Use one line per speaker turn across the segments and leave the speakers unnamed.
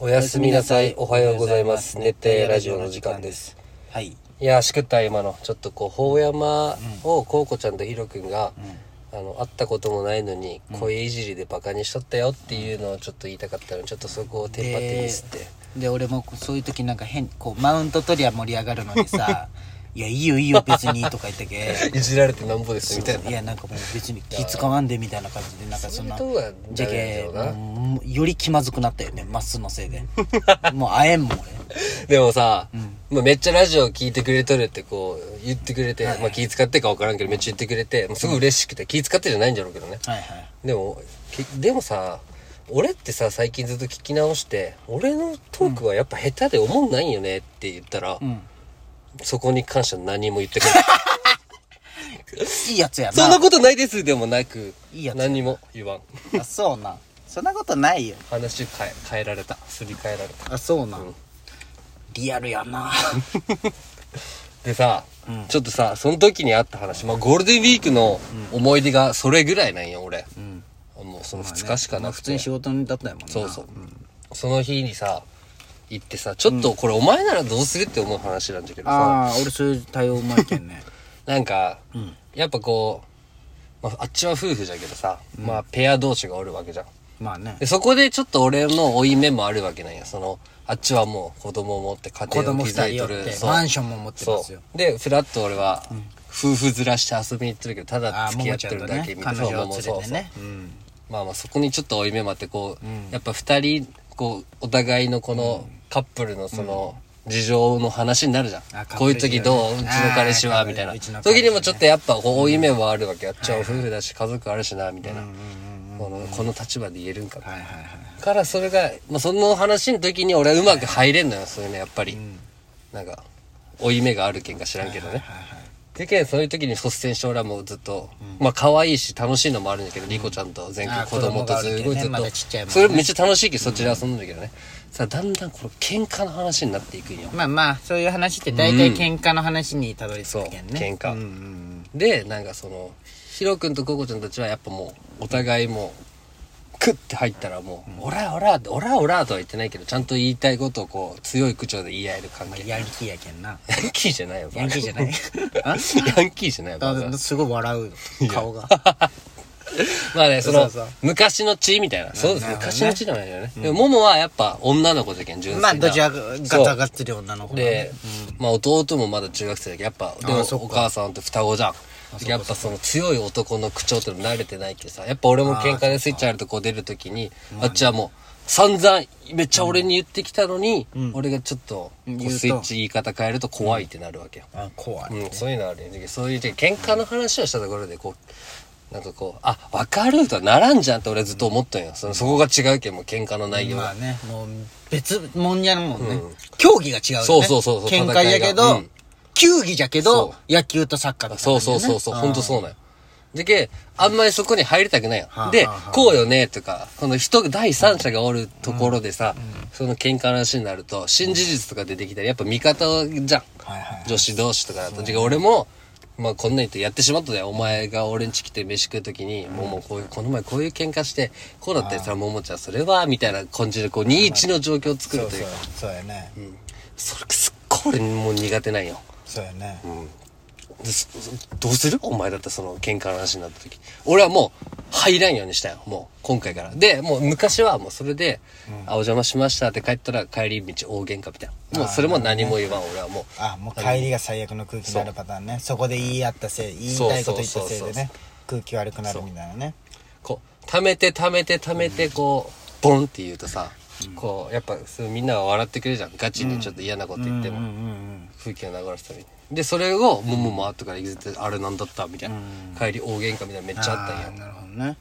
おやすみなさい。おはようございます。熱帯ラジオの時間です。
はい、
いやー、しくった今の。ちょっとこう、法山を、こうこちゃんとひろくんが、あの、会ったこともないのに、声いじりでバカにしとったよっていうのをちょっと言いたかったので、ちょっとそこをテンパってミスって。
で俺もこうそういう時なんか変こうマウント取りゃ盛り上がるのに さ「いやいいよいいよ別に」とか言ったけ
いじられてなんぼ ですみたいな。
いやなんかもう別に気使わんでみたいな感じでなんかそんな
そういうとこが
じゃけ
ダメだよな
もうより気まずくなったよねまっすー のせいでもう会えんもん俺
でもさ、まあ、めっちゃラジオ聞いてくれとるってこう、言ってくれて、まあ、気使ってかわからんけど、めっちゃ言ってくれて、もうすごい嬉しくて、気使ってじゃないんじゃろうけどね。
はいはい
でもけでもさ俺ってさ最近ずっと聞き直して俺のトークはやっぱ下手で思んないよねって言ったら、
ん
そこに関しては何も言ってくれ ない
いいやつやな
そんなことないですでもなく
いいやつ
何も言わん
あそうなそんなことないよ
話変え変えられたすり替えられた
あそうな、リアル やな
でさ、ちょっとさその時にあった話、まあ、ゴールデンウィークの思い出がそれぐらいなんよ俺、もうその2日しか
まあ
なく
普
て、
通に仕事にだったやもんな
そうそう、その日にさ行ってさちょっとこれお前ならどうするって思う話なんだけどさ、
ああ俺そういう対応うまいけん ね
なんか、やっぱこう、まあ、あっちは夫婦じゃけどさ、まあペア同士がおるわけじゃん。
まあね
でそこでちょっと俺の負い目もあるわけなんや。その、あっちはもう子供を持って家
子
庭を
供二
築い
人
と
おっ
る。
てマンションも持ってます
そ
よ
うで、フラッと俺は、夫婦ずらして遊びに行ってるけど、ただ
ああ
付き
も
合
も
っ
ち
て
ゃん
る
と
だ
ね
けみたい
彼
な。
女
そ
を
う
連れてね
そうそう
うん
まあまあそこにちょっと負い目もあって、こう、やっぱ二人、こう、お互いのこのカップルのその、事情の話になるじゃん
あ。
こういう時どうう
カッ
ち
プル
の
ね
彼氏
あ
は
ー
みたいな。
うちの彼氏ね
時にもちょっとやっぱこう、負い目もあるわけ。あっちは夫婦だし、家族あるしな、みたいな。この、この立場で言えるんかな
はいはいはい
からそれが、まあ、その話の時に俺はうまく入れんのよ、そういうのやっぱり、なんか負い目があるけんか知らんけどね、でけんそういう時に率先して俺はもうずっと、まあ可愛いし楽しいのもあるんだけど、リコちゃんと前回
あー
子供とすごいずっと、
子供がおるけんねまだちっちゃいもんね
それめっちゃ楽しいけどそっちで遊んだけどね、さあだんだんこの喧嘩の話になっていくんよ、
まあまあそういう話って大体喧嘩の話にたどり
そう
着くけんね
喧嘩、
うんうん
でなんかそのヒロ君とココちゃんたちはやっぱもうお互いもうクッて入ったらもう「オラオラ」って「オラオラ」とは言ってないけどちゃんと言いたいことをこう強い口調で言い合える関
まあ
係
ヤンキーやけ んな
ヤンキーじゃないよバカ
ヤンキーじゃないあ
ヤンキーじゃないよバカ
あすごい笑う顔 が
まあねその
そうそう
昔の血みたいなそうです
なるほどね
昔の血でもないよねでもモモはやっぱ女の子じゃけん純粋
ま
な
あどちらかが
そう
ガッツリ女の子がね
で、まあ弟もまだ中学生だけどやっぱでも
そっか
お母さんと双子じゃんやっぱその強い男の口調っての慣れてないけどさやっぱ俺も喧嘩でスイッチあるとこう出るときにあっちはもう散々めっちゃ俺に言ってきたのに、俺がちょっとこう
言うと
スイッチ言い方変えると怖いってなるわけよ、
あ怖い
うん、そういうのあるよね。そういう、喧嘩の話をしたところで、こう、なんかこう、あ、わかるとはならんじゃんって俺ずっと思ったんよ。そのそこが違うけん、もう喧嘩の内容
ま
が
あ。ねもう別もんじゃもんね競技が違うよね
そうそうそうそう
喧嘩や
戦
け
いがう
ど
ん
球技じゃけ
そ
ど野球とサッカーとか
そうそうそうそう、ほんとそうなんよ。でけ、あんまりそこに入りたくないよ
は。あ
で
はあは、あ
こうよね、とか、この人、第三者がおるところでさ、その喧嘩の話になると、新事実とか出てきたら、やっぱ味方じゃん
はいはい。
女子同士とかだと。で俺も、まあこんなに言ってやってしまったで、お前が俺ん家来て飯食うときに、もうもうこういう、この前こういう喧嘩して、こうなったやつら、ももちゃん、それは、みたいな感じで、こう、2-1の状況を作
そ
る
う
という
そう
か、
そうやね
それ、すっごい俺もう苦手なんよ。
そうやね
ですどうするお前だったらその喧嘩の話になった時俺はもう入らんようにしたよもう今回からでもう昔はもうそれで「あお邪魔しました」って帰ったら帰り道大喧嘩みたいなもうそれも何も言わん俺はもう
あもう帰りが最悪の空気になるパターンねそこで言い合ったせい言いたいこと言っ
そ
たせい
うそうそう
で
そう
ね空気悪くなるみたいなね
こう溜めて溜めて溜めてこうボンって言うとさこうやっぱそうみんなは笑ってくれるじゃんガチにちょっと嫌なこと言っても
うんうん
空気が流れてたりでそれをもうもうもう後から譲って「あれなんだった?」みたいな帰り大喧嘩みたいなめっちゃあったんや
ーなるほどね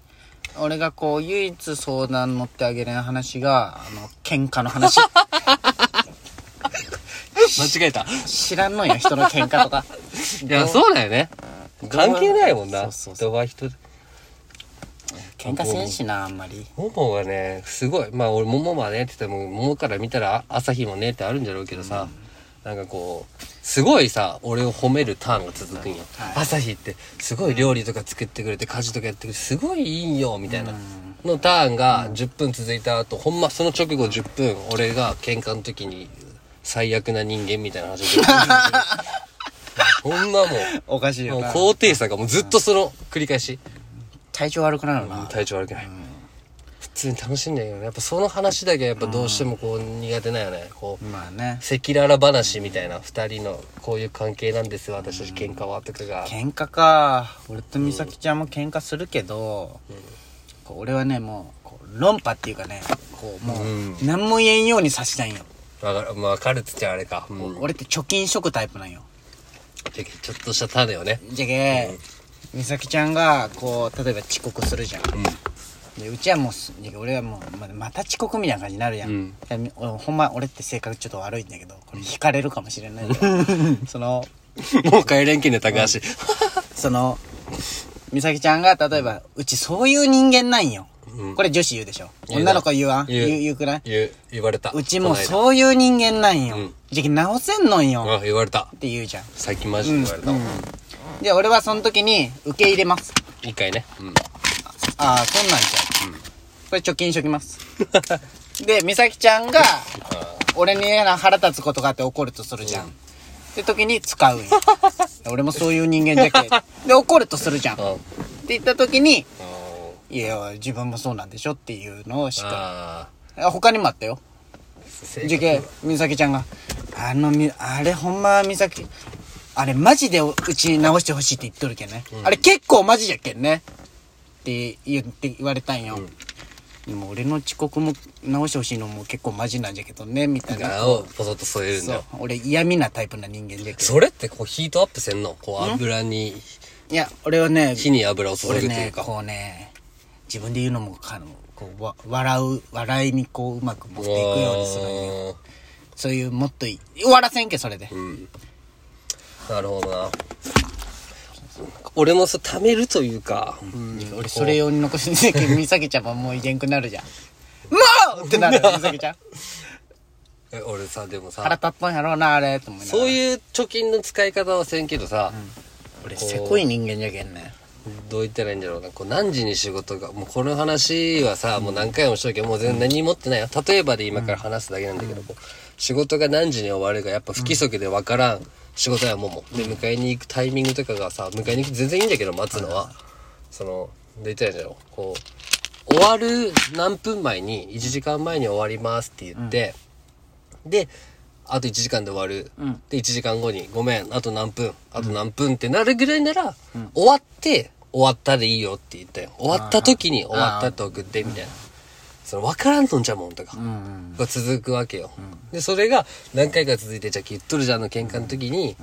俺がこう唯一相談乗ってあげれん話があの喧嘩 の話
間違えた
知らんのよ人の喧嘩 とか
いや、そうだよね。関係ないもんな。
そうそうそ
人は人で。
喧嘩せんしなあんまり
ももはね、すごい。まあ俺、ももはねって言っても、ももから見たらあ朝日もねってあるんじゃろうけどさ、なんかこう、すごいさ、俺を褒めるターンが続くんよ。朝日って、すごい料理とか作ってくれて、家事とかやってくれて、すごいいいんよ、みたいな。のターンが10分続いた後、ほんまその直後10分、俺が喧嘩の時に最悪な人間みたいな話を ほんまも、
おかしいう
も
よ
う
な
高低差がもうずっとその繰り返し。
体調悪くなるな
体調悪くない。普通に楽しいんだけどね、やっぱその話だけはやっぱどうしてもこう苦手なよね。こう、
まあね
赤裸々話みたいな二人のこういう関係なんですよ、私たち喧嘩はとかが。
喧嘩か俺と美咲ちゃんも喧嘩するけど、こう俺はねもうこう論破っていうかねこうもう何も言えんようにさせたいんよ、
わかる、まあわかるっつってあれか。うん
俺って貯金しとくタイプなんよ
ちょちょっとした種 をね。
じゃけ、美咲ちゃんがこう例えば遅刻するじゃん、でうちはもうすじゃけ俺はもうままた遅刻みたいな感じになるやん、
うん
いやみ俺ほんま俺って性格ちょっと悪いんだけどこれ惹かれるかもしれないけど その
もう帰れんけんね、高橋。
その美咲ちゃんが例えばうちそういう人間なんよ、
うん
これ女子言うでしょ
言うな
女の子言わん
言
言
う
う言うくな い
言う、言われた。
うちも
う。
うそういう人間なんよ、
ん
じゃけ直せんのんよ、っ
あ、言われた。
て言うじゃん
最近マジで言われたわ。
じゃあ俺はその時に受け入れます
一回ね。うん。
ああ、そんなんじゃん。これ貯金しときます。 で、美咲ちゃんが、俺にね腹立つことがあって怒るとするじゃん。って時に使 うんよ俺もそういう人間じゃけ。で、怒るとするじゃん。って
あ
言った時に、
あー
いや、自分もそうなんでしょっていうのを知った。
あ
あ他にもあったよ。
ー。
じゃけ、美咲ちゃんが、あのみ、あれほんま美咲、あれマジでうちに直してほしいって言っとるけんね。あれ結構マジじゃけんね。って言って言われたんよ。でも俺の遅刻も直してほしいのも結構マジなんじゃけどね、みたいな。
あをポソッと添えるんだ
そう
よ。。
俺嫌味なタイプな人間じ ゃけ
それってこうヒートアップせんのこう油に、
ん。いや、俺はね、
火に油を注ぐ
俺
という
ね、
か。
こうね、自分で言うのもかの、こう、わ笑う、笑いにこううまく持っていくようにするんよ。
う
そういうもっといい。終わらせんけ、それで。
ーんなるほどな。俺もそう、溜めるというか。
俺それ用に残してんだけど、美咲ちゃんももういけんくな るじゃん。もうってなるよ、美咲ちゃん。
え俺さ、でも
腹
さ、
立ったんやろうな、あれ、と思いながら。
そういう貯金の使い方はせんけどさ、
俺、せこい人間じゃけんね。
どう言ったらいいんだろうな。こう何時に仕事が、もうこの話はさ、もう何回もしたけど、もう全然何も持ってないよ。例えばで今から話すだけなんだけど、こう仕事が何時に終わるか、やっぱ不規則で分からん仕事やもんもん。で、迎えに行くタイミングとかがさ、迎えに行く全然いいんだけど、待つのは。その、どう言ったらいいんだろう。こう、終わる何分前に、1時間前に終わりますって言って、で、あと1時間で終わる。で、1時間後に、ごめん、あと何分、あと何分ってなるぐらいなら、終わって、終わったでいいよって言ったよ。終わった時に終わったって送って、みたいな。その、わからんとんじゃもんとか、が続くわけよ。で、それが何回か続いて、じゃあ、きっとるじゃんの喧嘩の時に、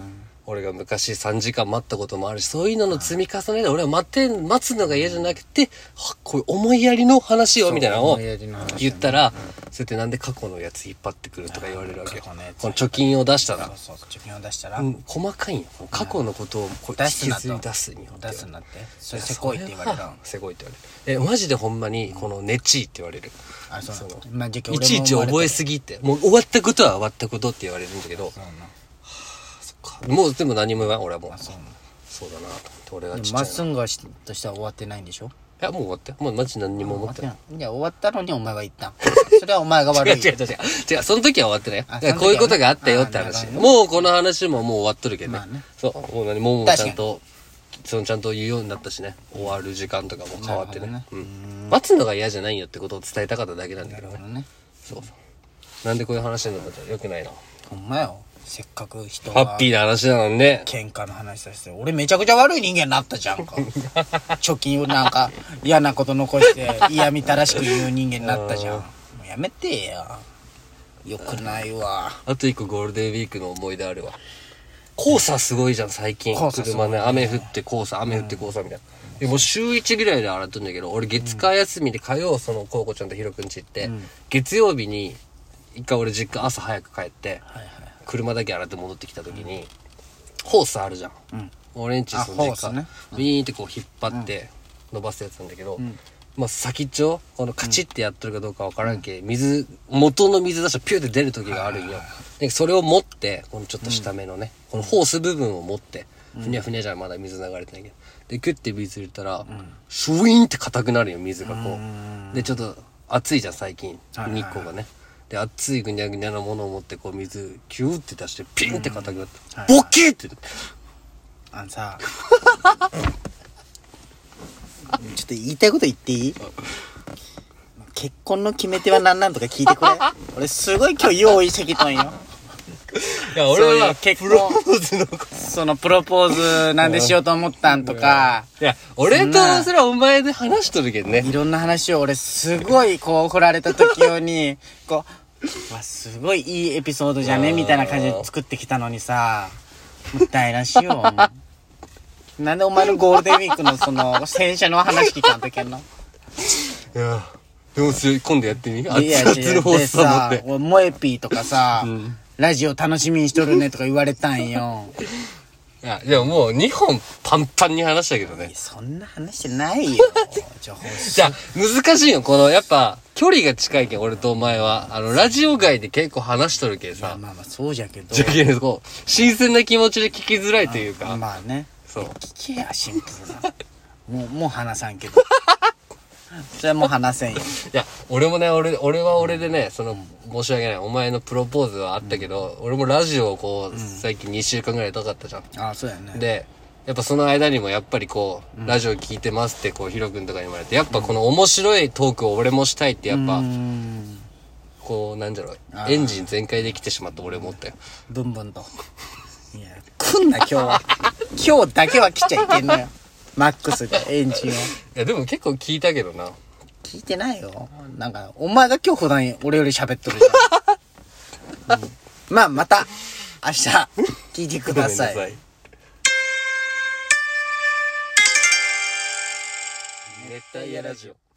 俺が昔3時間待ったこともあるし、そういうのの積み重ねで、俺は待って、待つのが嫌じゃなくて、はこういう思いやりの話よ、みたいなのを、
思いやりの話
言ったら、それってなんで過去のやつ引っ張ってくるとか言われるわけよ。
過去のやつ
この貯金を出したら
そう、そう、貯金を出したら、
うん細かいんよ。この過去のことをこう
出
引
す
き
な
ず
と。
り出すによっては。
出すなって。それせこいって言われ
そ
た
は
の。
せこいって言われる。え、マジでほんまに、このネチーって言われる。
あ、そうなの。まあ、じゃけ
いちいち覚え
す
すぎって。もう終わったことは終わったことって言われるんだけど、もうでも何も言わん、俺はもう。
そうなの
そうだなと思って、俺がちっちゃ
ま
い
っ
な。い
すんがしとしては終わってないんでしょ
や、もう終わったよ。もうマジ何にも思ってない。
いや、終わったのにお前が言ったん。それはお前 が
違う
悪い。
違う違う違う。違う、その時は終わってないよ。
あ
だから
そ
こ
の
うい
時はね
うことがあったよって話。
あーなるほ
もうこの話ももう終わっとるけどね。
まあね
そう、もう何ももうちゃんと、そのちゃんと言うようになったしね。終わる時間とかも変わってね。
なる
う
ほ
ん。待つのが嫌じゃないよってことを伝えたかっただけなんだけど
なる
ね。
ほどね。
そうそう。なんでこういう話になったらよくないな。
ほんまよ。せっかく人
ハッ
が
ピーな話なのにね。
喧嘩の話させて、俺めちゃくちゃ悪い人間になったじゃ んか。貯金をなんか嫌なこと残して嫌みたらしく言う人間になったじゃん。もうやめてや。よくないわ。
あと一個ゴールデンウィークの思い出あるわ。黄砂すごいじゃん、最近。
黄砂すご
車ね、雨降って黄砂、雨降って黄砂みたいな。でもう週1ぐらいで洗っとんだけど、俺月火休みで火曜、その、こうこちゃんとひろくんち行って、月曜日に、一回俺実家朝早く帰って、車だけ洗って戻ってきた時に、ホースあるじゃん。俺んちその
あホー
実
ス
家、
ね
ビーンってこう引っ張って伸ばすやつなんだけど、まあ先っちょ、このカチってやっとるかどうかわからんけ、水、元の水出したらピューって出る時があるんよ。で、それを持って、このちょっと下目のね、このホース部分を持って、ふにゃふにゃじゃんまだ水流れてないけどでグッて水入れたら、シュイーンって硬くなるよ水がこうでちょっと暑いじゃん最近
はいはい
日光がねで熱いぐにゃぐにゃなものを持ってこう水キューって出してピンって硬くなった、
うんはいはい
ボキーって
あのさちょっと言いたいこと言っていい結婚の決め手は何なんとか聞いてくれ俺すごい今日用意してきたんよ
いや
俺は
俺は結
結
プ
婚
ロポーズのこと
そのプロポーズなんでしようと思ったんとか
いや俺とそれはお前で話しとるけんね
いろんな話を俺すごいこう振られた時用に こううわすごいいいエピソードじゃねみたいな感じで作ってきたのにさもったいなしよもう なんでお前のゴールデンウィークのその洗車の話聞かんといけ んの
いやでもそれ今度やってみ熱
いや
々の放
で
送持っ
さ
て
俺モエピーとかさ、ラジオ楽しみにしとるねとか言われたんよ
いやでももう2本パンパンに話したけどね
そんな話してな いよ情報
じゃあ、難しいよ。この、やっぱ、距離が近いけん、俺とお前は。あの、ラジオ外で結構話しとるけん
まあ
さ。
まあまあそうじゃけど
じゃけん、こう、新鮮な気持ちで聞きづらいというか。
まあね
そう。
聞けやシンプルなもう もう話さんけどそれはもう話せんよ
いや、俺もね、俺、俺は俺でね、その、申し訳ない。お前のプロポーズはあったけど、俺もラジオをこう、最近2週間ぐらい高かったじゃん。
ああそうやね
で、やっぱその間にもやっぱりこう、ラジオ聞いてますってこう、ヒロ君とかに言われて、やっぱこの面白いトークを俺もしたいってやっぱ、
うーん
こう、なんじゃろう、エンジン全開できてしまった俺思ったよ。
ブンブンといや来んな今日は 今日だけは来ちゃいけんのよマックスでエンジンを
いや、でも結構聞いたけどな。
聞いてないよなんかお前が今日普段俺より喋っとるじゃん、うんまあまた明日聞いてください
ごめんな熱帯夜ラジオ。